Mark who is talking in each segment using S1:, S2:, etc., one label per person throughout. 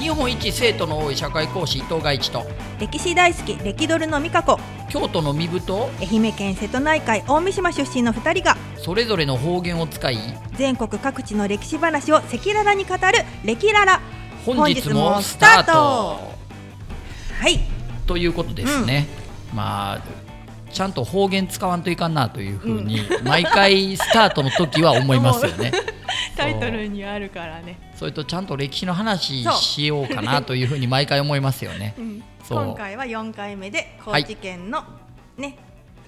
S1: 日本一生徒の多い社会講師伊藤が一と
S2: 歴史大好き歴ドルの美香子
S1: 京都の身分と
S2: 愛媛県瀬戸内海大三島出身の2人が
S1: それぞれの方言を使い
S2: 全国各地の歴史話を赤裸々に語る「歴ララ」
S1: 本日もスタート
S2: はい
S1: ということですね、まあちゃんと方言使わんといかんなというふうに、毎回スタートの時は思いますよ ね
S2: タイトルにあるからね、
S1: それとちゃんと歴史の話
S2: そう
S1: しようかなというふうに毎回思いますよね
S2: うん
S1: そう
S2: 今回は4回目で
S1: は
S2: 高
S1: い
S2: 知県の、ね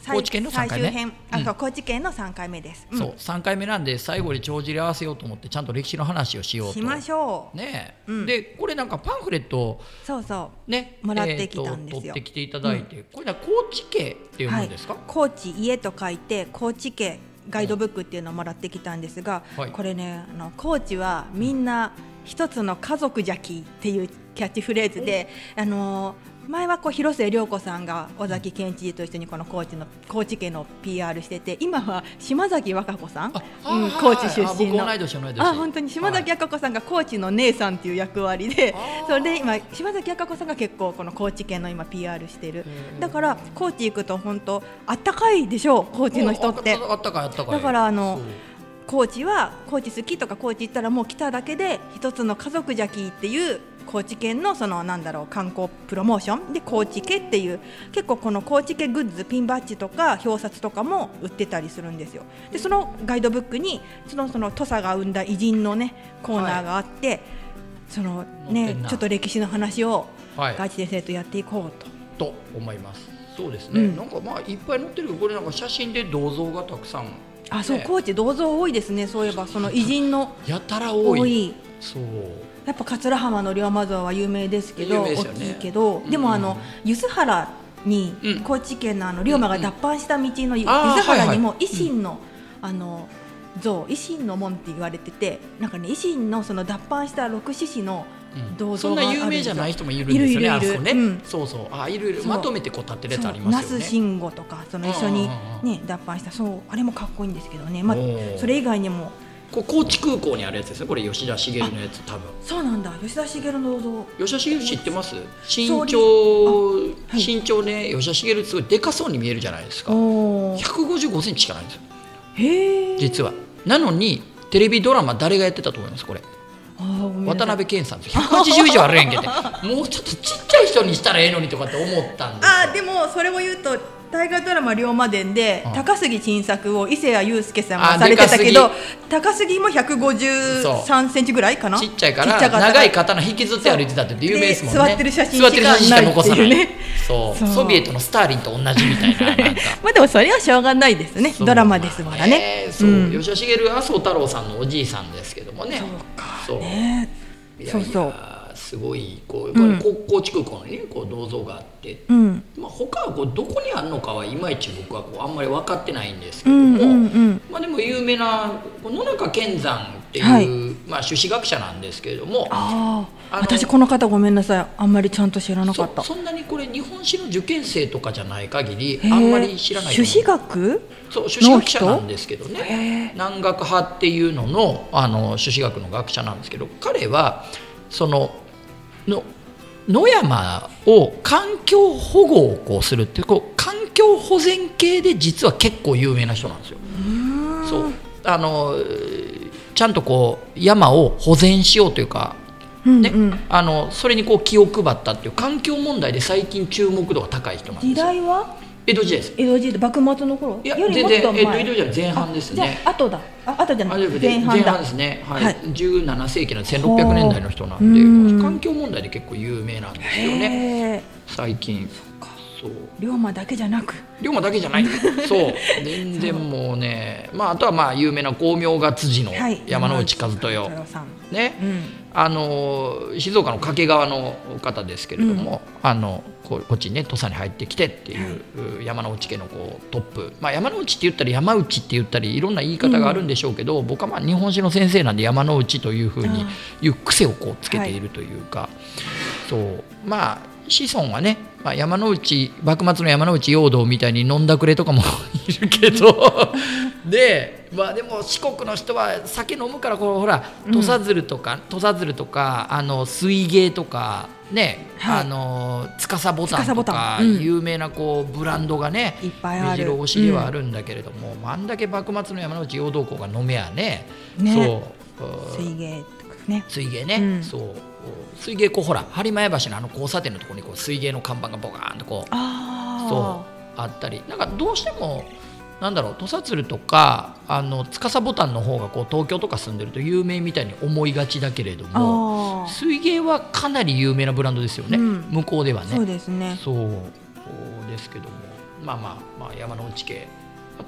S2: 最
S1: 高知県の三回
S2: 最終
S1: 目
S2: 編あ、
S1: うん
S2: そう高知県の3回目です、ん
S1: そう3回目なんで最後に帳尻合わせようと思ってちゃんと歴史の話をしようと
S2: しましょう、
S1: ねえ
S2: うん
S1: でこれなんかパンフレットを
S2: そうそ
S1: ね
S2: もらってきたんです
S1: えーと
S2: よ
S1: 取ってきていただいて、これな高知家って
S2: う
S1: いうものですか、
S2: 高知家と書いて高知家ガイドブックっていうのをもらってきたんですが、
S1: はい
S2: これねあの高知はみんな一つの家族じゃきっていうキャッチフレーズで、あのー前はこう広末涼子さんが尾崎健一と一緒にこの高知の高知家の PR してて今は島崎和歌子さん、うん
S1: はい
S2: 高知出
S1: あ
S2: 身
S1: 僕
S2: の
S1: 同い年同い年
S2: あ本当に島崎
S1: は
S2: 和歌子さんが高知の姉さんっていう役割で、
S1: あー
S2: それで今島崎和歌子さんが結構この高知県の今 PR してる
S1: へー
S2: だから高知行くと本当あったかいでしょう高
S1: い
S2: 知の人って
S1: おあったかいあったかい
S2: だからあの
S1: そう
S2: 高知は高知好きとか高知行ったらもう来ただけで一つの家族じゃきっていう高知県のそのなんだろう観光プロモーションで高知家っていう結構この高知家グッズピンバッジとか表札とかも売ってたりするんですよでそのガイドブックにそのその土佐が生んだ偉人のねコーナーがあって、そ
S1: 載
S2: の
S1: って
S2: ね
S1: んな
S2: ちょっと歴史の話を
S1: はい
S2: ガチ先生とやっていこうと。
S1: と思いますそうですね、
S2: うん
S1: なんかまあいっぱい載ってるけどこれなんか写真で銅像がたくさん
S2: あそう
S1: ね
S2: 高知銅像多いですねそういえばその偉人の
S1: やたら
S2: 多
S1: 多
S2: い
S1: いそう
S2: やっぱ桂浜の龍馬像は有名ですけ
S1: 有
S2: ど、
S1: 名です
S2: 大
S1: よね
S2: きいけど、
S1: うん
S2: でもあの梼原に、
S1: うん
S2: 高知県のあの龍馬が脱藩した道のゆ梼
S1: あー
S2: 原にも
S1: はいはい
S2: 維新の、あの像維新の門って言われててなんかね維新のその脱藩した六獅子の
S1: うん
S2: 銅
S1: そ
S2: 像
S1: ん
S2: が
S1: な
S2: ある
S1: 有名じゃないい人もいるんですよね
S2: いるいるいる
S1: あそこね、
S2: うん
S1: そうそうあいるいる
S2: そう
S1: まとめてこう立ってるやつあり
S2: 那
S1: ますよ
S2: 須
S1: ね
S2: 慎吾とかその一緒に
S1: うん
S2: ね脱藩したそうあれもかっこいいんですけどね、まあ
S1: おー、
S2: それ以外にも
S1: こう高知空港にあるやつですねこれ吉田茂のやつ多分
S2: そうなんだ吉田茂の銅像
S1: 吉田茂知ってます身
S2: 総理
S1: 長、
S2: あはい
S1: 身長ね吉田茂すごいでかそうに見えるじゃないですか
S2: おー
S1: 155センチしかないんですよ
S2: へえ
S1: 実はなのにテレビドラマ誰がやってたと思いますこれ渡
S2: 渡
S1: 辺謙さんです180以上あるやんけって もうちょっとちっちゃい人にしたらええのにとかって思ったんです
S2: あーで
S1: も
S2: もそれを言うと大河ドラマ「龍馬伝」で
S1: うん
S2: 高杉晋作を伊勢谷友介さんが
S1: あ
S2: されてたけど
S1: でか
S2: 高杉も153センチぐらいかな
S1: ちっちゃいから
S2: ちっちゃ
S1: 長い刀引きずって歩いてたって有名ですもんね
S2: で座ってる写真し
S1: 座
S2: か
S1: ってる写真しか残さない
S2: ないっていうね
S1: そう
S2: そう
S1: ソビエトのスターリンと同じみたいななんか
S2: まあでもそれはしょうがないですね
S1: そう
S2: ドラマですからね
S1: えーそう、
S2: うん
S1: 吉田茂は麻生太郎さんのおじいさんですけどもねそう
S2: ね
S1: いや
S2: そうそう
S1: いやすごいこう、
S2: うん
S1: こう高知空港のねこう銅像があって、
S2: うん
S1: まあ、他はこうどこにあるのかはいまいち僕はこうあんまり分かってないんですけ
S2: う
S1: ど
S2: ん
S1: も、
S2: うんうん
S1: まあ、でも有名なこう野中健山っていう、
S2: はい
S1: まあ、朱子学者なんですけれども
S2: あ
S1: あ
S2: あ
S1: の
S2: 私この方ごめんなさいあんまりちゃんと知らなかった
S1: そそんなにこれ日本史の受験生とかじゃない限り
S2: へー
S1: あんまり知らないと
S2: 朱
S1: 思う
S2: 子学
S1: そう朱子学者なんですけどね
S2: へ
S1: 南学派っていうののあの朱子学の学者なんですけど彼はそのの野山を環境保護をこうするっていうこう環境保全系で実は結構有名な人なんですよ。そうあのえーちゃんとこう山を保全しようというか、
S2: うんう
S1: ね
S2: ん
S1: あのそれにこう気を配ったっていう環境問題で最近注目度が高い人なん
S2: 時
S1: ですよ。
S2: 代は
S1: 江戸時代です。
S2: 江戸時代幕末の頃
S1: いや
S2: より
S1: 全
S2: もっ
S1: 然
S2: と
S1: 江戸
S2: 前
S1: 江戸時代の前半です
S2: じゃ
S1: ね。
S2: あ後だあ後じゃな
S1: あ
S2: い
S1: で
S2: 前半だ
S1: ですね、はい
S2: はい
S1: 17世紀の1600年代の人なんで、
S2: ほう
S1: 環境問題で結構有名なんですよね
S2: へえ
S1: 最近そう
S2: 龍馬だけじゃなく
S1: 龍馬だけじゃ ないそう全然もうねまああとはまあ有名な光明が辻の
S2: はい
S1: 山之内和豊、
S2: 山内さんう
S1: ね
S2: ん
S1: あの静岡の掛川の方ですけれども、あのここっちにね土佐に入ってきてっていう、山之内家のこうトップ、まあ、山之内って言ったり山内って言ったりいろんな言い方があるんでしょうけど、僕はまあ日本史の先生なんで山之内というふうに
S2: ああ
S1: いう癖をこうつけているというか、そうまあ子孫はね、まあ、山之内幕末の山之内陽道みたいに飲んだくれとかも いるけ どで,、まあ、でも四国の人は酒飲むからこうほら土佐鶴とか、土佐鶴とかあの水芸とかね、
S2: はい
S1: あの司ボタン
S2: 司
S1: と
S2: ボ
S1: か
S2: タンうん
S1: 有名なこうブランドがね、
S2: いっぱいあ
S1: 目
S2: る
S1: 白押しではあるんだけれども、まああんだけ幕末の山之内陽道校が飲めやね
S2: ね
S1: そううん
S2: 水芸とかね
S1: 水芸ね、
S2: うん
S1: そう水芸こうほら播磨屋橋のあの交差点のところにこう水芸の看板がボカーンとこう
S2: あ
S1: そ
S2: あ
S1: あったりなんかどうしてもなんだろう土佐鶴とかあの司ボタンの方がこう東京とか住んでると有名みたいに思いがちだけれども
S2: あー
S1: 水芸はかなり有名なブランドですよね、
S2: うん
S1: 向こうではね
S2: そうですね
S1: そうそうですけどもまあまあ、まあ、山之内家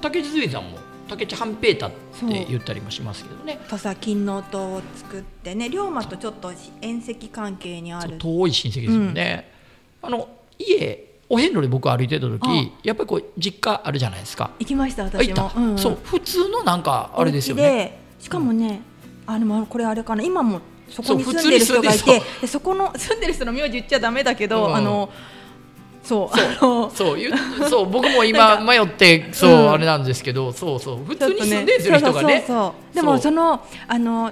S1: 竹地随山も竹地半平太って言ったりもしますけどね
S2: 土佐勤皇党を作ってね龍馬とちょっと縁石関係にあ
S1: そう
S2: る
S1: 遠い親戚ですよね、あの家お遍路で僕歩いてた時
S2: ああ
S1: やっぱりこう実家あるじゃないですか
S2: 行きました
S1: あ行
S2: 私
S1: った
S2: も、んん
S1: そう普通のなんかあれですよ
S2: お家
S1: ね
S2: でしかもね、あでもこれあれかな今もそこに
S1: そう
S2: 住んでる人がい
S1: 普通に住んで
S2: て
S1: る
S2: でそこの 住んでる人の名字言っちゃダメだけど、
S1: うん
S2: あのそうあの
S1: そう言 うそう僕も今迷ってそう、
S2: うん
S1: あれなんですけどそうそう普
S2: ちょ
S1: 通
S2: っ
S1: に
S2: と
S1: 住んでる人がね
S2: そうそうそうそうで
S1: そう
S2: もそのあの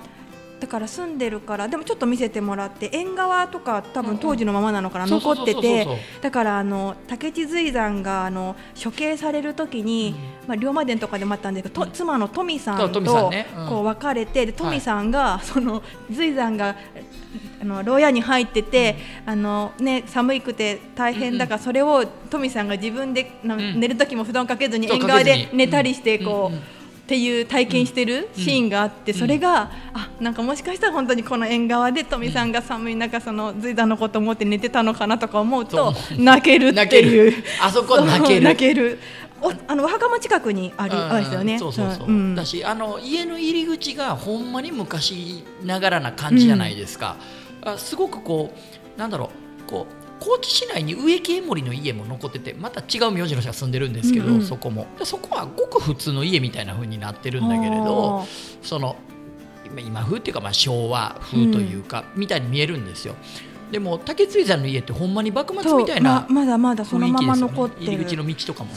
S2: だから住んでるからでもちょっと見せてもらって縁側とか多
S1: うんう
S2: 分
S1: ん
S2: 当時のままなのかな、
S1: そう
S2: 残
S1: そう
S2: って
S1: そう
S2: て
S1: そうそう
S2: だからあの竹地随山があの処刑される時に、まあ、龍馬伝とかでもあったんですけど、と妻の富さ
S1: そう
S2: んと
S1: 富さんねうん
S2: こう別れてで富さんが、その随山があの牢屋に入ってて、あのね、寒くて大変だから、それを富さんが自分で、な
S1: うん
S2: 寝る時も布団かけずに
S1: そう
S2: 縁側
S1: かけ
S2: で
S1: ずに
S2: 寝たりして
S1: うん
S2: こう。
S1: うんうん
S2: っていう体験してる
S1: うん
S2: シーンがあって、
S1: うん
S2: それが、あなんかもしかしたら本当にこの縁側で富さんが寒い中その随山のこと思って寝てたのかなとか思うと
S1: そ
S2: 泣けるっ
S1: 泣
S2: て
S1: け
S2: い
S1: る
S2: う。
S1: あそこ泣ける
S2: 泣ける。おあのお墓も近くにあり
S1: うん
S2: あるんですよね。
S1: そうそうそう、
S2: ん
S1: だしあの家の入り口がほんまに昔ながらな感じじゃないですか、あすごくこうなんだろうこう高知市内に植木江森の家も残っててまた違う名字の人が住んでるんですけど、
S2: うんうん
S1: そこもでそこはごく普通の家みたいな風になってるんだけれど
S2: あー
S1: その今今風っていうか、まあ、昭和風というか、みたいに見えるんですよでも竹津井さんの家ってほんまに幕末みたいな
S2: そうままだまだそ
S1: 雰
S2: の
S1: 囲
S2: ま
S1: 気で
S2: ます
S1: よ
S2: 残っ
S1: ね
S2: てる。
S1: 入り口の道とかも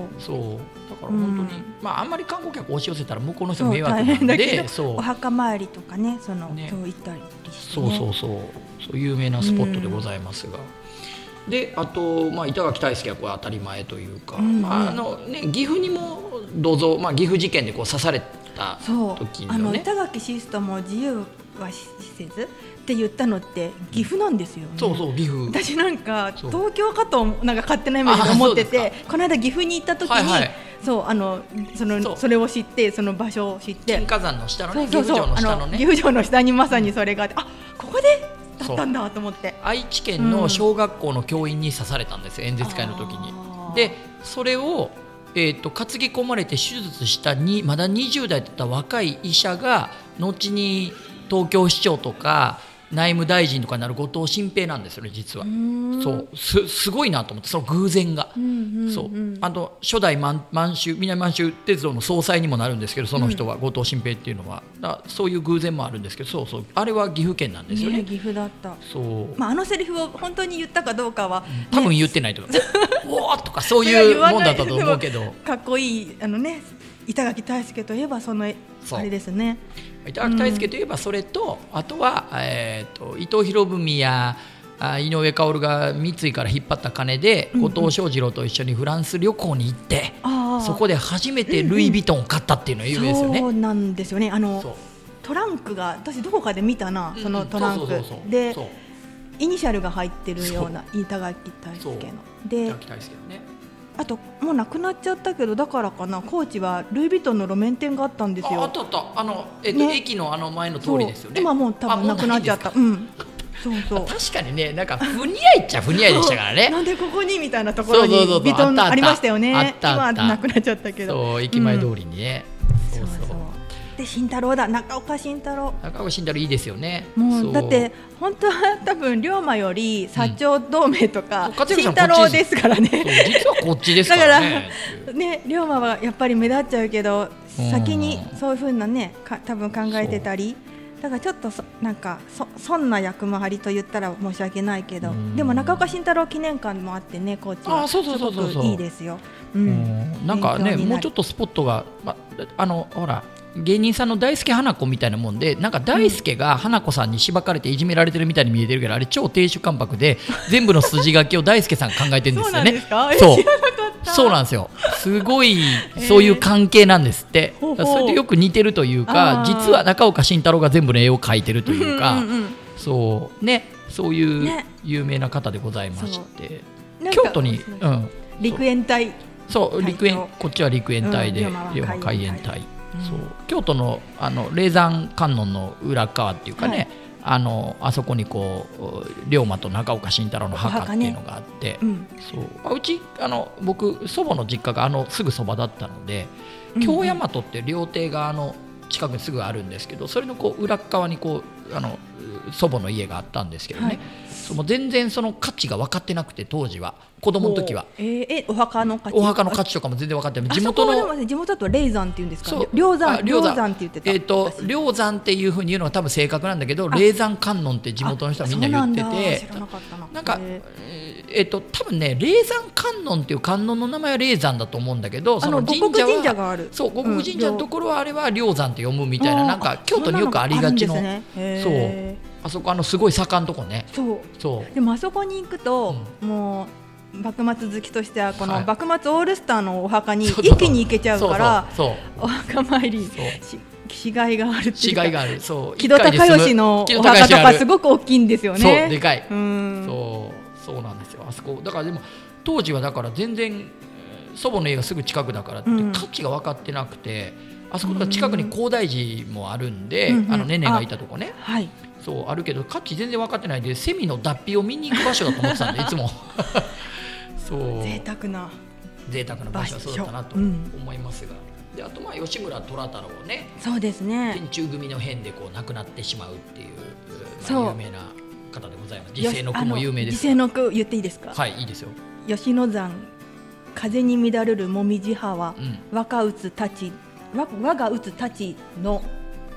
S1: ね
S2: そう。
S1: そうだから本当に、
S2: うん
S1: まああんまり観光客押し寄せたら向こうの人
S2: そう
S1: 迷惑
S2: 大
S1: なん
S2: 変だ
S1: で
S2: け
S1: そ
S2: ど
S1: う
S2: お墓参りとかねその、
S1: ね
S2: そう行ったりして、
S1: そ
S2: ね、
S1: うそうそうそう有名なスポットでございますが、であと、まあ、板垣大輔はこれ当たり前というか、
S2: うんうん
S1: まああのね、岐阜にも銅像、まあ、岐阜事件でこう刺された
S2: そう
S1: 時
S2: あ
S1: の
S2: の
S1: ね
S2: 板垣シストも自由はしせずって言ったのって岐阜なんですよね。
S1: そうそう岐阜
S2: 私なんか
S1: そう
S2: 東京かとなんか勝手なイメージで思って
S1: あそう
S2: て
S1: で
S2: この間岐阜に行った時に、
S1: はいはい
S2: そうあのその
S1: そう
S2: それを知ってその場所を知って
S1: 金華山の下の
S2: そ
S1: ね
S2: うそうそう
S1: 岐阜城の下
S2: あ
S1: の
S2: の
S1: ね
S2: 岐阜城の下にまさにそれがあってあここでだったんだと思って
S1: 愛知県の小学校の教員に刺されたんですよ演説会の時に。
S2: あー
S1: でそれを、えー、と担ぎ込まれて手術したにまだ20代だった若い医者が後に東京市長とか内務大臣とかになる後藤新平なんですよね実は
S2: う。ーん
S1: そうすすごいなと思ってその偶然が。
S2: うんうんうん
S1: そうあの初代満満州南満州鉄道の総裁にもなるんですけどその人は、後藤新平っていうのはだからそういう偶然もあるんですけどそうそうあれは岐阜県なんですよね。
S2: ね岐阜だった
S1: そう
S2: まああのセリフを本当に言ったかどうかは、
S1: 多分
S2: ね
S1: 言ってないと思う。おおーとかそう
S2: いや
S1: い
S2: 言
S1: う
S2: わない
S1: もんだったと思うけど。
S2: かっこいいあのね板垣大輔といえばその
S1: そう
S2: あれですね
S1: 板垣大輔といえばそれと、あとは、えー、と伊藤博文やあ井上薫が三井から引っ張った金で、
S2: うんうん
S1: 後藤翔二郎と一緒にフランス旅行に行って
S2: あー
S1: そこで初めてルイ・ヴィトンを買ったっていうのが有名ですよね。
S2: そうなんですよねあの
S1: そう
S2: トランクが私どこかで見たな、そのトラン
S1: うん
S2: ク
S1: そうそうそう
S2: で
S1: そう
S2: イニシャルが入ってるような板垣大輔ので
S1: 板垣大輔のね
S2: あともうなくなっちゃったけどだからかな高知はルイ・ヴィトンの路面店があったんです
S1: ああっ
S2: よ
S1: たあったあの、えっと
S2: ね
S1: 駅のあの前の通
S2: そう
S1: りですよね
S2: 今もう多分なくなっちゃった
S1: あ
S2: う
S1: もうん
S2: そうそう
S1: ないんですか確かにねなんか不似合いっちゃ不似合いでしたからね
S2: なんでここにみたいなところに
S1: そう
S2: ヴ
S1: そうそう
S2: ィ
S1: あ
S2: トン
S1: ったあった
S2: ありましたよね
S1: あったあった
S2: 今なくなっちゃったけど
S1: そう駅前
S2: う
S1: 通
S2: ん
S1: りにね、
S2: そうそうで慎太郎だ中岡慎太郎
S1: 中岡慎太郎いいですよね
S2: も
S1: そう
S2: だって本当は多分龍馬より薩長同盟とか
S1: うんそう
S2: 慎太郎ですから
S1: そう
S2: ね。
S1: 実はこっちですからね
S2: ね龍馬はやっぱり目立っちゃうけど
S1: うん
S2: 先にそういうふうなねか多分考えてたりだからちょっとそなんかそ損な役回りと言ったら申し訳ないけど
S1: うん
S2: でも中岡慎太郎記念館もあってね高知は
S1: あそうそうそうそうそう
S2: すごくいいですよ。う
S1: うんんなんかね
S2: 勉強になる
S1: もうちょっとスポットが、ま、あのほら芸人さんの大輔花子みたいなもんでなんか大輔が花子さんにしばかれていじめられてるみたいに見えてるけどあれ超亭主関白で 全部の筋書きを大輔さん考えてるんで
S2: そう
S1: す
S2: な
S1: よ
S2: んで
S1: ね。
S2: すか。
S1: そう
S2: 知らなかった。
S1: そうなんですよすごいそういう関係なんですって、
S2: ほうほう
S1: それでよく似てるというか
S2: あー
S1: 実は中岡慎太郎が全部の絵を描いてるというか、
S2: んんん
S1: そうねそういう
S2: ね
S1: 有名な方でございまして、
S2: なんか
S1: 京都に、
S2: そう
S1: うん、
S2: 陸援隊。
S1: そう
S2: 隊長
S1: 陸園こっちは陸園隊で、
S2: うん龍馬は
S1: 龍馬は海
S2: 海
S1: 援
S2: 援
S1: 隊
S2: 隊、
S1: そう京都のあの霊山観音の裏側っていうかね、
S2: はい
S1: あのあそこにこう龍馬と中岡慎太郎の墓
S2: お
S1: って
S2: 墓
S1: い
S2: ね
S1: うのがあって、
S2: うん。
S1: そうまあうちあの僕祖母の実家があのすぐそばだったので
S2: うんうん
S1: 京大和って料亭があの近くにすぐあるんですけどそれのこう裏っ側にこうあのう祖母の家があったんですけどね、
S2: はい
S1: そうもう全然その価値が分かってなくて当時は子供の時は。
S2: えーえお墓の価値
S1: お墓の価値とかも全然分かってない
S2: あ
S1: 地元
S2: あそこは
S1: の
S2: でもね地元だと霊山って言うんですか
S1: そう
S2: ね霊
S1: あ
S2: 山
S1: 霊
S2: 霊
S1: 山
S2: 山って言ってた
S1: えー、と
S2: 私
S1: 霊山っていうふうに言うのが多分正確なんだけど
S2: あ
S1: 霊山観音って地元の人はみんな言
S2: あそう
S1: って
S2: なんだ知
S1: て
S2: らなかったな
S1: なんか
S2: へ
S1: えっと多分ね霊山観音っていう観音の名前は霊山だと思うんだけど
S2: ーあの五穀神社がある
S1: そう五
S2: う
S1: 国
S2: ん
S1: 神社のところはあれは霊山って読むみたいな、なんか京都によくありがちのあそうそこあのすごい盛んとこね
S2: そうそう
S1: そう
S2: でもあそこに行くと、もう幕末好きとしてはこ
S1: はい
S2: の幕末オールスターのお墓に
S1: そうそうそう
S2: 一気に行けちゃう
S1: そう
S2: から
S1: そう
S2: お墓参り
S1: そう
S2: ししがいがあるってい
S1: 死
S2: うか
S1: 骸があるそう
S2: 木戸孝義の
S1: 木戸
S2: お
S1: 孝
S2: 墓
S1: 義
S2: と
S1: あ
S2: か
S1: る
S2: すごく大きいんですよね
S1: そうでかい
S2: うん
S1: そうそうなんですよあそこだからでも当時はだから全然えー祖母の家がすぐ近くだからって
S2: うん
S1: 価値が分かってなくて、あそこが近くに高台寺もあるんで、
S2: うんうん
S1: あのねねがいたとこね
S2: はい
S1: そうあるけど価値全然分かってないんでセミの脱皮を見に行く場所だと思ってたんでいつ もそう
S2: 贅沢な
S1: 贅沢な場所はそうだったなと
S2: 場所うん
S1: 思いますが、であとまあ吉村虎太郎ね
S2: そうですね
S1: 天中組の変でこう亡くなってしまうっていう、ま
S2: そう
S1: あ、有名な方でございます自世の句も有名です
S2: よしあの自世の句言っていいですか、
S1: はいいいですよ
S2: 吉野山風に乱れるもみじ葉は
S1: うん
S2: 若打つたちわ我が打つたちの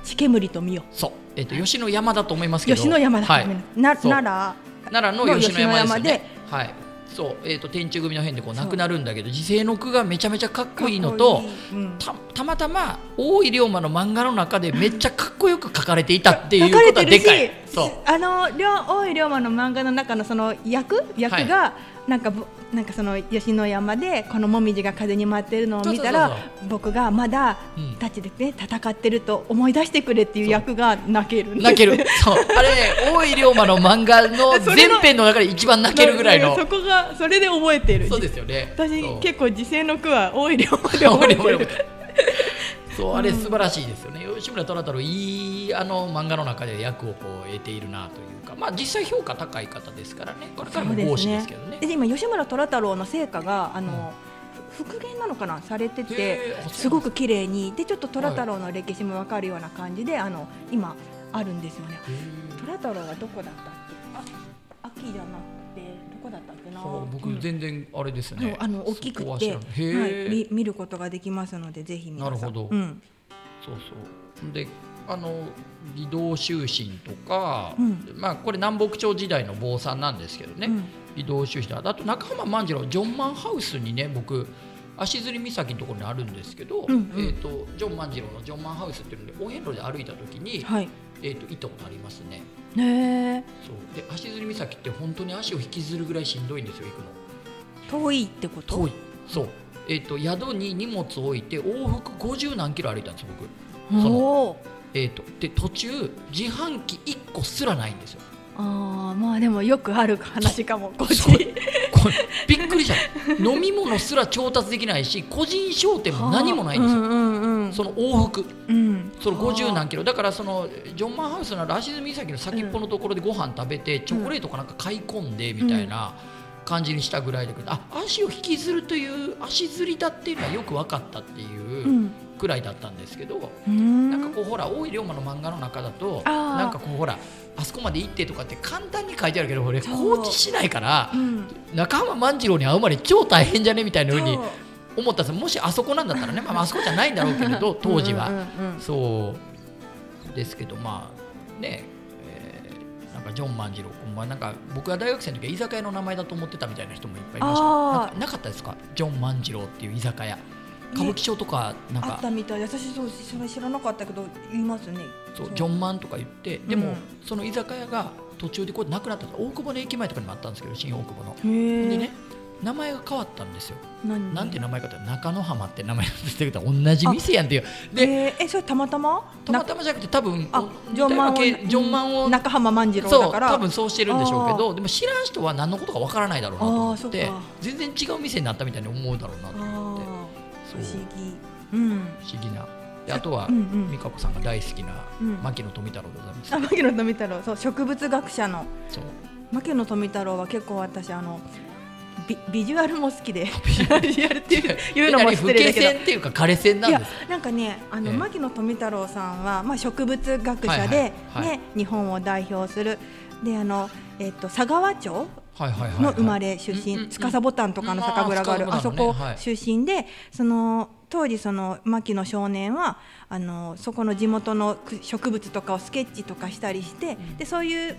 S2: 血煙と見よ
S1: そう、えっ、と、吉野山だと思いますけど。
S2: 吉野山だ、
S1: はい。
S2: な
S1: そう
S2: 奈良
S1: 奈良の吉野山ですよね
S2: の吉野。
S1: はい。そう、えっ、と、天中組の変でこう
S2: そ
S1: な
S2: う
S1: くなるんだけど、時世の句がめちゃめちゃかっこいいのと。
S2: うん
S1: たたまたま大井龍馬の漫画の中でめっちゃかっこよく書かれていたっていう
S2: 書か
S1: こ
S2: れ
S1: とは
S2: て
S1: で
S2: るし
S1: かい。そう。
S2: あのりょ大井龍馬の漫画の中のその役役が、なんかぼなんかその吉野山でこのもみじが風に舞ってるのを見たら
S1: そうそうそう
S2: 僕がまだ
S1: うん
S2: たちでね戦ってると思い出してくれっていう役が泣ける
S1: 泣ける。そう。あれね、大井龍馬の漫画の
S2: そ
S1: 前
S2: れの
S1: 編の中で一番泣けるぐらいの
S2: そ。こがそれで覚えてる
S1: そうですよね。
S2: 私
S1: そう
S2: 結構時世の句は大井龍馬で
S1: そう
S2: 覚えてる
S1: そうあれ素晴らしいですよね、吉村虎太郎いいあの漫画の中で役をこう得ているなというかまあ実際評価高い方ですからねこれからも講師ですけどね
S2: で今吉村虎太郎の成果があの、ふ復元なのかなされてて
S1: へーあ
S2: すごく綺麗にでちょっと虎太郎の歴史もわかるような感じで、あの今あるんですよね
S1: へー
S2: 虎太郎はどこだったっけあ秋じゃなくてどこだったっけな
S1: そう
S2: う
S1: 僕
S2: ん
S1: 全然あれです
S2: あの
S1: ね、
S2: あの大きく
S1: そこは知
S2: て、
S1: ら
S2: は
S1: ない
S2: い
S1: へー、
S2: み見ることができますのでぜひ皆さん
S1: なるほど
S2: うん
S1: そうそうであの移動修身とか、
S2: うん
S1: まあこれ南北朝時代の坊さんなんですけどね、
S2: うん
S1: 移動修身あと中浜万次郎ジョンマンハウスにね僕足摺岬のところにあるんですけど、
S2: んうん
S1: えー、とジョン万次郎のジョンマンハウスっていうのでお遍路で歩いた時に、
S2: はい
S1: えー、と行ったことありますね
S2: へえ
S1: そうで足摺岬って本当に足を引きずるぐらいしんどいんですよ行くの
S2: 遠いってこと
S1: 遠いそう、えー、と宿に荷物を置いて往復50何キロ歩いたんです僕、その
S2: おー
S1: えー、とで途中自販機1個すらないんですよ
S2: ああまあでもよくある話かもこっ
S1: そう
S2: ち
S1: これびっくりした飲み物すら調達できないし個人商店も何もないんですよ、
S2: はあうんうんうん、
S1: その往復
S2: うん、
S1: その50
S2: はあ
S1: 何キロだからそのジョンマンハウスのある足摺岬の先っぽのところでご飯食べて、チョコレートかなんか買い込んでみたいな感じにしたぐらいだけどあ足を引きずるという足ずりだっていうのはよく分かったって
S2: う
S1: いうんくらいだったんですけど、
S2: うん
S1: なんかこうほら大井龍馬の漫画の中だと
S2: あー
S1: なんかこうほらあそこまで行ってとかって簡単に書いてあるけど俺
S2: そう
S1: 高知市内から
S2: うん
S1: 中浜万次郎に会うまで超大変じゃねみたいなふうに
S2: そう
S1: 思ったんですよもしあそこなんだったらね、まあ、まああそこじゃないんだろうけれど当時は。
S2: うんうんうん
S1: そうですけどまあね、えーなんかジョン万次郎君はなんか僕が大学生の時は居酒屋の名前だと思ってたみたいな人もいっぱいいました
S2: あー
S1: なんかなかったですかジョン万次郎っていう居酒屋歌舞伎町とかなん
S2: あ
S1: か
S2: っ、たみたい私そうそれ知らなかったけど言いますね
S1: そう
S2: そう
S1: ジョンマンとか言ってでも、
S2: うん
S1: その居酒屋が途中でこうなくなったんです大久保の駅前とかにもあったんですけど新大久保の。
S2: へえ
S1: でね名前が変わったんですよ。
S2: 何
S1: なんて名前かって中野浜って名前なんですけど同じ店やんっていう。で、
S2: えーえそれたまたま
S1: たまたまじゃなくて多分
S2: あ
S1: お
S2: ジョンマン
S1: 似
S2: を
S1: たような系ジョンマンを
S2: な中浜万次郎
S1: そ
S2: だ
S1: う
S2: から
S1: 多分そうしてるんでしょうけどでも知らん人は何のことかわからないだろうなと思っ
S2: あー
S1: て
S2: そっか
S1: 全然違う店になったみたいに思うだろうなと思って
S2: あー
S1: そ
S2: 不
S1: う
S2: 思議うん
S1: 不思議なであとは、
S2: うんう
S1: 美
S2: ん
S1: 香子さんが大好きな
S2: うん
S1: 牧野富太郎でございます、
S2: あ牧野富太郎そう植物学者の
S1: そう
S2: 牧野富太郎は結構私あのビビジュアルも好きでビジ ュアルっ ていう言うのも失礼だけど
S1: 不敬戦っていうか枯れ戦ないん
S2: や
S1: です
S2: なんかねあの、
S1: ええ
S2: 牧野富太郎さんは、まあ、植物学
S1: はいは
S2: 者
S1: い
S2: で、
S1: はい
S2: ね、日本を代表するであの、えっと佐川町
S1: はいはいはいはい
S2: の生まれ出
S1: う
S2: 身、
S1: んうんうん
S2: 司ボタンとかの酒蔵がある、
S1: うんあー
S2: あ
S1: 司
S2: そ
S1: ボタンの
S2: こ
S1: ねはい
S2: 出身で、その当時その牧野少年はあのそこの地元のく植物とかをスケッチとかしたりして、
S1: ん
S2: でそういう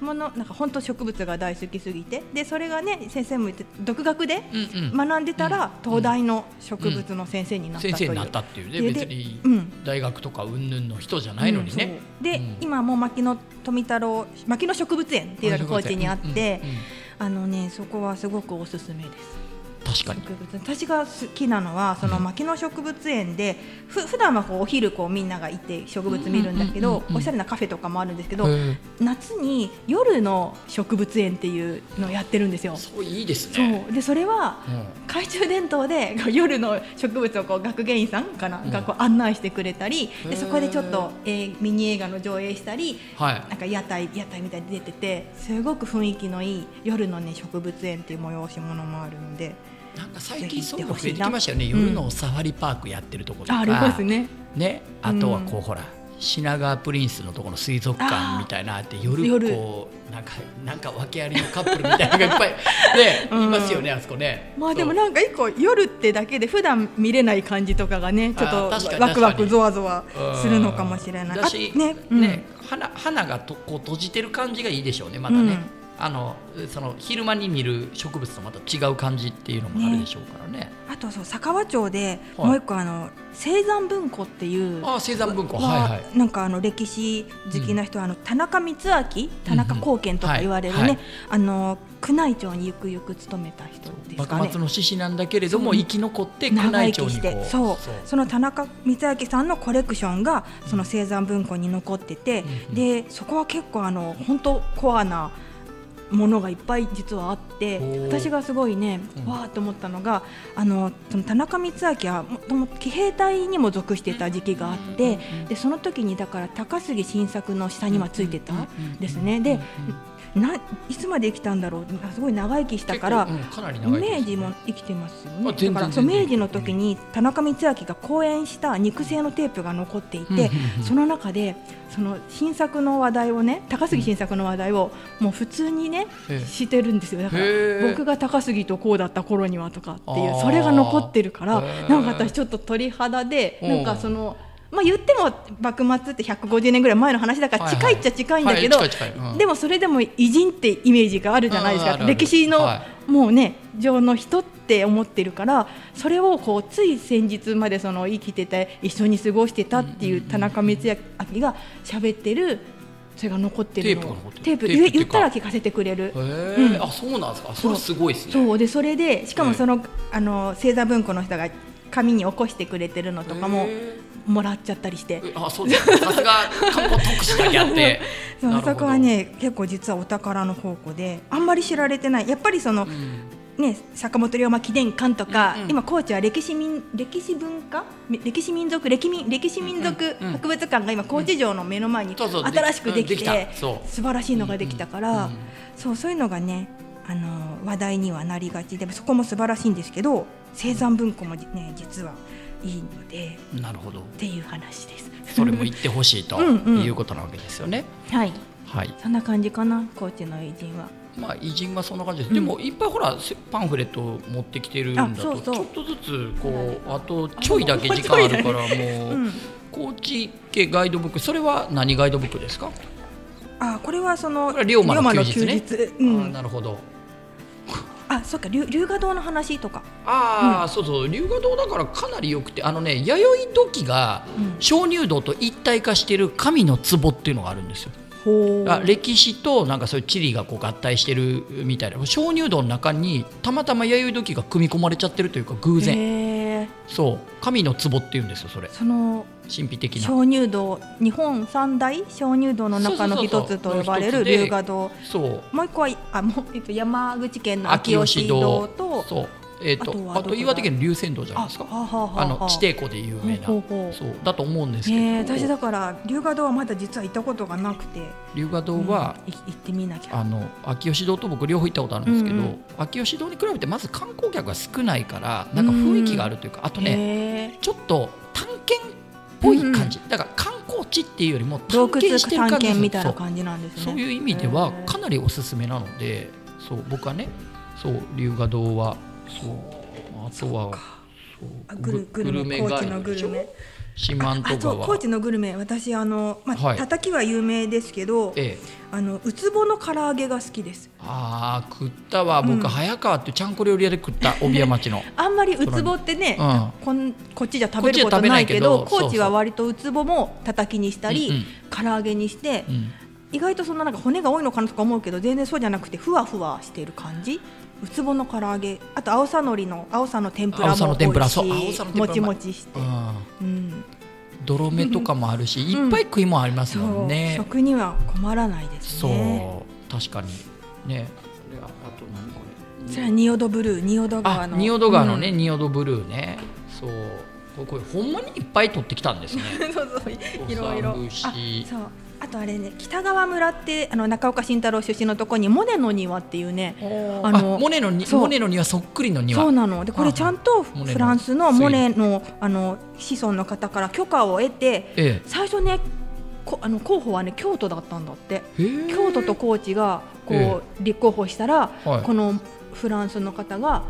S2: ものなんか本当植物が大好きすぎてでそれがね先生も言って独学で
S1: うんうん
S2: 学んでたら、
S1: うん
S2: 東大の植物の先生になったという。
S1: 先生になったっていうね
S2: で
S1: 別に
S2: うん
S1: 大学とか云々の人じゃないのにね、
S2: うんそうで、
S1: うん
S2: 今もう牧野富太郎牧野植物園っていうのが高知にあって、
S1: うんうんうん
S2: あのねそこはすごくおすすめです
S1: 確かに
S2: 植物私が好きなのはその
S1: うん
S2: 牧野植物園でふ普段はこうお昼こうみんなが行って植物見るんだけ
S1: うんうん
S2: ど
S1: うんうん
S2: おしゃれなカフェとかもあるんですけど、
S1: うん
S2: 夏に夜の植物園っていうのをやってるんですよ。
S1: そういいですね
S2: そうでそれは
S1: うん
S2: 懐中電灯でこう夜の植物をこう学芸員さんかな、
S1: うん
S2: がこう案内してくれたり
S1: へー
S2: でそこでちょっと、えーミニ映画の上映したり
S1: はい
S2: なんか屋台屋台みたいに出ててすごく雰囲気のいい夜の、ね、植物園っていう催し物もあるので
S1: なんか最近そういうの増えてきましたよね、
S2: ぜひ行ってほしいな
S1: 夜のサファリパークやってるところとか
S2: あありますね
S1: ねあとはこう、ほら品川プリンスのところの水族館みたいなのあって夜
S2: 夜
S1: こうなんかなんか訳ありのカップルみたいなのがいっぱい ね、
S2: うん
S1: いますよねあそこね。
S2: まあでも
S1: そう
S2: なんか一個夜ってだけで普段見れない感じとかがねちょっ
S1: あー
S2: と
S1: 確かに
S2: ワクワ
S1: 確
S2: ク
S1: かに
S2: ゾワゾワ
S1: うん
S2: するのかもしれない。
S1: だし
S2: あ
S1: ね,、
S2: うん
S1: 花花がとこう閉じてる感じがいいでしょうねまたね。
S2: うん
S1: あのその昼間に見る植物とまた違う感じっていうのもあるでしょうからね。
S2: あとそう佐川町で
S1: はい
S2: もう一個あの青山文庫っていう
S1: ああ生産文庫
S2: は
S1: はいはい。
S2: なんかあの歴史好きな人は、あの田中光明田中貢献とか言われるね、
S1: はいはい
S2: あの宮内庁にゆくゆく勤めた人ですか
S1: 幕
S2: ね
S1: 末。の志士なんだけれども
S2: そう
S1: 生き残って宮
S2: 長
S1: 内
S2: 生
S1: 庁
S2: き
S1: に
S2: し
S1: こ
S2: て
S1: う
S2: そうその田中光明さんのコレクションがその青山文庫に残ってて、
S1: うん
S2: でそこは結構あの本当コアなものがいっぱい実はあって
S1: おー
S2: 私がすごいね
S1: うん
S2: わーって思ったのが、あのその田中光明はもともと騎兵隊にも属してた時期があって、でその時にだから高杉晋作の下にはついてたんですね、でないつまで生きたんだろうすごい長生きしたから、
S1: 結構うんかなり長いです
S2: 明治も生きてますよ
S1: あ
S2: ね
S1: 全然
S2: だからそう
S1: 全然
S2: 明治の時に田中光明が講演した肉声のテープが残っていて、
S1: うんうんうん
S2: その中でその新作の話題をね高杉晋作の話題をもう普通にね、
S1: ええ
S2: してるんですよだから
S1: へえ
S2: 僕が高杉とこうだった頃にはとかってい
S1: あー
S2: うそれが残ってるから
S1: へえ
S2: なんか私ちょっと鳥肌で
S1: うん
S2: なんかその。まあ言っても幕末って150年ぐらい前の話だから近いっちゃ近いんだけど、
S1: はい近い近いうん
S2: でもそれでも偉人ってイメージがあるじゃないです
S1: うんあ
S2: か
S1: るある
S2: 歴史の、
S1: は
S2: もうね情の人って思ってるからそれをこうつい先日までその生きてて一緒に過ごしてたっていう田中光明が喋ってるそれが残ってるの
S1: テープが残ってる
S2: テー
S1: テープ
S2: プ
S1: ってい
S2: 言
S1: う
S2: っ
S1: か
S2: たら聞かせてくれる
S1: へ。え、
S2: うん
S1: あそうなんですかそれはすごいですね
S2: そうでそれでしか
S1: う
S2: も
S1: ん
S2: その,、あの星座文庫の人が紙に起こしてくれてるのとかも
S1: へえ
S2: もらっちゃったりして
S1: えあそうですかさすが観光特使だけあって
S2: そう
S1: な
S2: あ
S1: るほど
S2: そこはね結構実はお宝の宝庫であんまり知られてないやっぱりそ
S1: う
S2: の、
S1: ん
S2: ね、坂本龍馬記念館とか、
S1: うんうん
S2: 今高知は歴史民歴史文化み歴史民族歴民歴史民族
S1: うんうん
S2: 博物館が今高知城の目の前に
S1: そうそう
S2: 新しくでき
S1: うん
S2: て
S1: たそう
S2: 素晴らしいのができたから、
S1: うんうん
S2: そうそういうのがねあの話題にはなりがちでそこも素晴らしいんですけど生産文庫もね実はいいので
S1: うんなるほど
S2: っていう話です。
S1: それも言ってほしいと
S2: うんうん
S1: いうことなわけですよね、
S2: はい
S1: はい
S2: そんな感じかな高知の偉人は。
S1: まあ偉人はそんな感じです、
S2: うん
S1: でもいっぱいほらせパンフレットを持ってきてるんだと
S2: あそうそう
S1: ちょっとずつこうあとちょいだけ時間あるからもう、
S2: うん
S1: 高知家ガイドブックそれは何ガイドブックですか
S2: あこれはその
S1: これは龍馬の休
S2: 龍
S1: 日ね
S2: う
S1: あー
S2: ん、
S1: なるほど
S2: あそっか龍龍河洞の話とか、
S1: ああ、そうそう龍河洞だからかなりよくてあのね弥生土器が
S2: うん、
S1: 鍾乳洞と一体化してる神の壺っていうのがあるんですよ
S2: ほ
S1: あ歴史となんかそういう地理がこう合体してるみたいな鍾乳洞の中にたまたま弥生土器が組み込まれちゃってるというか偶然
S2: へー
S1: そう神の壺っていうんですよそれ
S2: その
S1: 神秘的な
S2: 鍾乳洞日本三大鍾乳洞の中の一つと呼ば
S1: そうそうそうそ
S2: れ
S1: う
S2: る
S1: で
S2: 龍河洞
S1: そう
S2: もう一個はあもう、えっと、山口県の秋吉洞と
S1: そうえっ、と
S2: あとは
S1: あと
S2: どこだ
S1: 岩手県龍泉洞じゃないですか
S2: はははは
S1: あの地底湖で有名な
S2: ほうほうほう
S1: そうだと思うんですけど、
S2: えー、私だから龍河洞はまだ実は行ったことがなくて
S1: 龍河洞は、
S2: うんい行ってみなきゃ
S1: あの秋吉堂と僕両方行ったことあるんですけど、
S2: うんうん
S1: 秋吉堂に比べてまず観光客が少ないからなんか雰囲気があるというか、あとね
S2: ね
S1: ちょっと探検っぽい感じ、だから観光地っていうよりも
S2: 洞
S1: 探
S2: 窟
S1: 検してる感じ
S2: 探検みたい
S1: そ
S2: な
S1: う
S2: 感じなんですね
S1: そういう意味ではかなりおすすめなのでそう僕はねそう龍河洞はそうあとはそう
S2: あグルグルメ高知のグルメ
S1: 四
S2: あ
S1: 万十
S2: あそう
S1: 川
S2: 高知のグルメ私あの、まあ
S1: はい
S2: たたきは有名ですけど
S1: ええ
S2: あのウツボの唐揚げが好きです
S1: ああ食ったわ僕、
S2: うん
S1: 早川っていうちゃんこ料理屋で食った帯屋 町の、
S2: あんまりウツボってね、
S1: うん、
S2: こんこっちじゃ食べることないけ
S1: こ
S2: ど
S1: っちで食べないけど
S2: 高知は割とウツボもたたきにしたり、
S1: うん
S2: 唐揚げにして、
S1: うん
S2: 意外とそんななんか骨が多いのかなとか思うけど全然そうじゃなくてふわふわしてる感じウツボの唐揚げあと青さのりの青さの天ぷら
S1: 青さの
S2: も美
S1: 天ぷら
S2: 味しい
S1: そう青さの天ぷ
S2: も
S1: ら
S2: ちもちして、
S1: うん
S2: うん、
S1: 泥目とかもあるし、
S2: うん
S1: いっぱい食いもんあります
S2: そ
S1: も
S2: うん
S1: ね。
S2: 食には困らないです
S1: そう,、
S2: ね
S1: 確かにね。これああと何これ。
S2: それは仁淀ブルー仁淀
S1: あ
S2: 川の
S1: 仁淀川のね、
S2: う
S1: 仁淀ブルーね。そうこれこれほんまにいっぱい取ってきたん ですね。
S2: んそうそういろい
S1: お
S2: ろ
S1: 産節
S2: あそうあとあれね北川村ってあの中岡慎太郎出身のとこにモネの庭っていうね
S1: お
S2: あ
S1: ー
S2: の
S1: あモネのに
S2: そう
S1: モネの庭そっくりの庭。
S2: そうなのでこれちゃんと
S1: モネの
S2: フランスのモネのあの子孫の方から許可を得て
S1: え
S2: 最初ねこあの候補はね京都だったんだって
S1: え。へー
S2: 京都と高知がこう立候補したら、
S1: はい
S2: このフランスの方が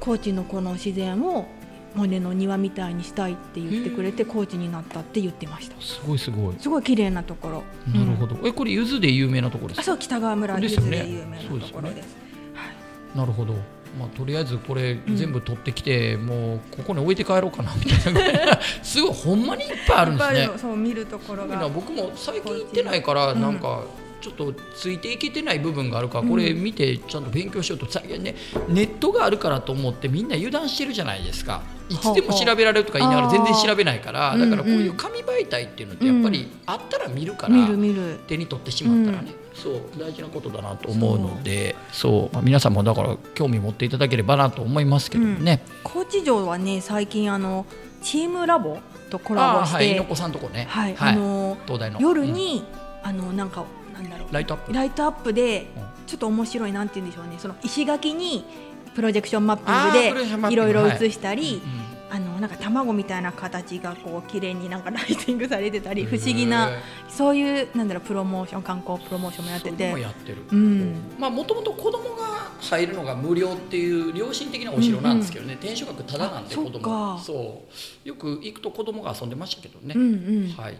S2: 高知のこの自然をモネの庭みたいにしたいって言ってくれて高知になったって言ってました
S1: すごいすごい。
S2: すごい綺麗なところ
S1: なるほ
S2: ど、
S1: ど。えこれ柚子で有名なところ
S2: あ
S1: です
S2: そう北川村
S1: で
S2: ですす
S1: よね
S2: で有名なところ
S1: そうですよね
S2: ですはい
S1: か。なるほど。まあとりあえずこれ
S2: ん
S1: 全部取ってきて、もうここに置いて帰ろうかなみたいなぐらい。 すごいほんまにいっぱいあるんです
S2: いっ
S1: ね
S2: ぱい。そう見るところ
S1: すごいな
S2: が
S1: 僕も最近行ってないから
S2: うん
S1: なんかちょっとついていけてない部分があるから
S2: うん
S1: これ見てちゃんと勉強しようと最近ねネットがあるからと思ってみんな油断してるじゃないですかいつでも
S2: ほうほう
S1: 調べられるとか言いながら
S2: あー
S1: 全然調べないから
S2: うん
S1: だ
S2: うん
S1: からこういう紙媒体っていうのってやっぱりあったら見るから
S2: 見る見る
S1: 手に取ってしまったらねそう大事なことだなと思うのでそうまあ皆さんもだから興味持っていただければなと思いますけどもね
S2: 高知城はね最近あのチームラボとコラ
S1: あ
S2: ボ
S1: ー
S2: し
S1: はい
S2: て、
S1: 猪子さんとこね
S2: はい
S1: は
S2: あ
S1: い
S2: の
S1: 東大の
S2: 夜
S1: うん
S2: に、あのなんかなんだろう
S1: ライトアップ
S2: ライトアップで
S1: うん
S2: ちょっと面白いなんて言うんでしょうねその石垣にプロジェクションマッ
S1: あー
S2: ピ
S1: プロジェクション
S2: ン
S1: マッピン
S2: グでい
S1: グ
S2: ろいろ
S1: はい
S2: 映したり、
S1: うん
S2: あのなんか卵みたいな形がこう綺麗になんかライティングされてたり不思議
S1: へ
S2: な
S1: ー
S2: そういうなんだろうプロモーション観光プロモーションもやって
S1: そういうのも
S2: て
S1: やってる、
S2: うん
S1: まあもともと子供が入るのが無料っていう良心的なお城なんですけどね、天守閣ただなんで
S2: あそ
S1: 子
S2: っか
S1: 供そうよく行くと子供が遊んでましたけどね、
S2: うんうん、
S1: はい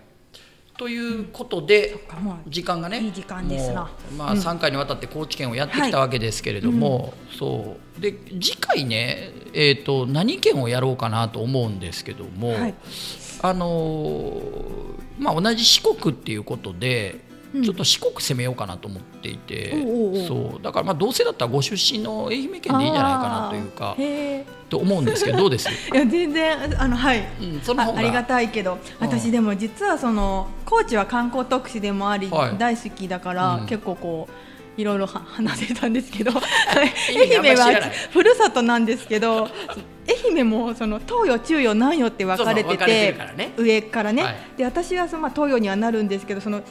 S1: ということで、
S2: なんかもう
S1: 時間がね
S2: いい時間ですな
S1: もうまあ
S2: うん
S1: 3回にわたって高知県をやってきたわけですけれども、そうで次回ね、えー、と何県をやろうかなと思うんですけども、
S2: はい
S1: あのーまあ、同じ四国っていうことで、
S2: うん
S1: ちょっと四国攻めようかなと思っていて
S2: おうおうおう
S1: そうだからまあどうせだったらご出身の愛媛県でいいんじゃないかなというか
S2: あーへー
S1: と思うんですけどどう です、
S2: いや全然あのはい
S1: うん、その方
S2: あ
S1: が
S2: ありがたいけど私でも実はその高知は観光特使でもあり、
S1: はい
S2: 大好きだから、
S1: うん
S2: 結構こういろいろは話せたんです けど
S1: 意味
S2: 愛
S1: あんまり
S2: 媛
S1: 知らない
S2: はふるさとなんですけど愛媛もその東洋中洋南洋って分かれ
S1: そうそう分
S2: て
S1: かれて
S2: て
S1: るからね
S2: 上からね、
S1: はい
S2: で私はその、まあ、東洋にはなるんですけどその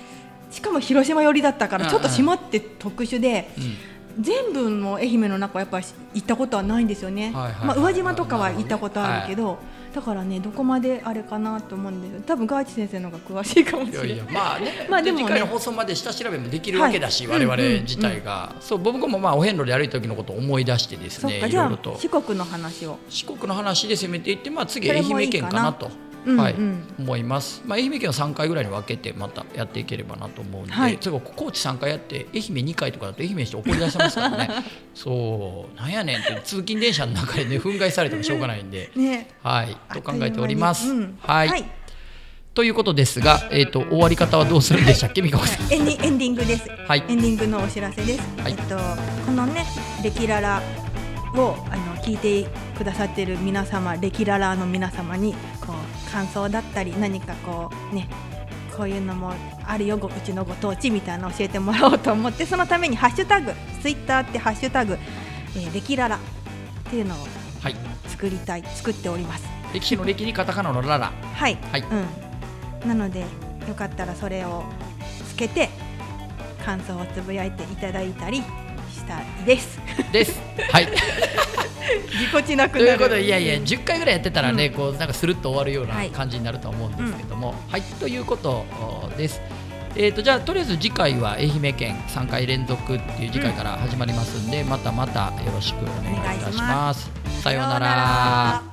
S2: しかも広島寄りだったからちょっと島って特殊で。
S1: うん
S2: 全部の愛媛の中はやっぱり行ったことはないんですよね、
S1: はいはいはい
S2: まあ、宇和島とかは行ったことあるけど、だからねどこまであれかなと思うんですよ多分ガーチ先生の方が詳しいかもし
S1: い
S2: れ
S1: や
S2: ない
S1: いやまあね
S2: まあでもね
S1: 次回の放送まで下調べもできるわけだし、
S2: はい
S1: 我々自体が、そう僕もまあお遍路で歩いた時のことを思い出してです
S2: そっ
S1: ね
S2: か
S1: い
S2: じ
S1: ろい
S2: ゃ
S1: ろ
S2: あ
S1: と
S2: 四国の話を
S1: 四国の話で攻めていって、まあ、次
S2: そ
S1: 愛
S2: れもい
S1: 媛
S2: い
S1: 県
S2: かな
S1: かなと
S2: うん
S1: はい
S2: うん
S1: 思います、まあ、愛媛県を3回ぐらいに分けてまたやっていければなと思うんで、
S2: はい
S1: それこ高知3回やって愛媛2回とかだと愛媛の人怒り出しますから ねそうなんやねんって通勤電車の中でね憤慨されてもしょうがないん で。
S2: ね
S1: はい、
S2: あ
S1: と
S2: っ
S1: 考
S2: という間
S1: え
S2: に
S1: ております。
S2: うん
S1: はい、
S2: はい
S1: ということですが、えっ、と終わり方はどうするんでしたっけ、美香子さん。
S2: エンディエンディングです、
S1: はい
S2: エンディングのお知らせです、
S1: はい
S2: えっとこのねレキララをあの聞いてくださってる皆様レキララの皆様にこう感想だったり何かこうねこういうのもあるよごうちのご当地みたいなの教えてもらおうと思ってそのためにハッシュタグツイッターってハッシュタグ、えー、レキララっていうのを
S1: はい、
S2: 作りたい作っております
S1: 歴史の歴にカタカナのララ。
S2: はい、
S1: はい
S2: うん、なのでよかったらそれをつけて感想をつぶやいていただいたりしたいです
S1: です。はい、
S2: ぎこちな
S1: と
S2: くなる
S1: いうことで、いやいや、10回ぐらいやってたらね、こうなんかスルッと終わるよう
S2: は
S1: ない感じになるとは思うんですけども、はい、ということです。えー、とじゃあとりあえず次回は愛媛県3回連続っていう次回から始まりますんで、またまたよろしくお願いいたします。さようなら。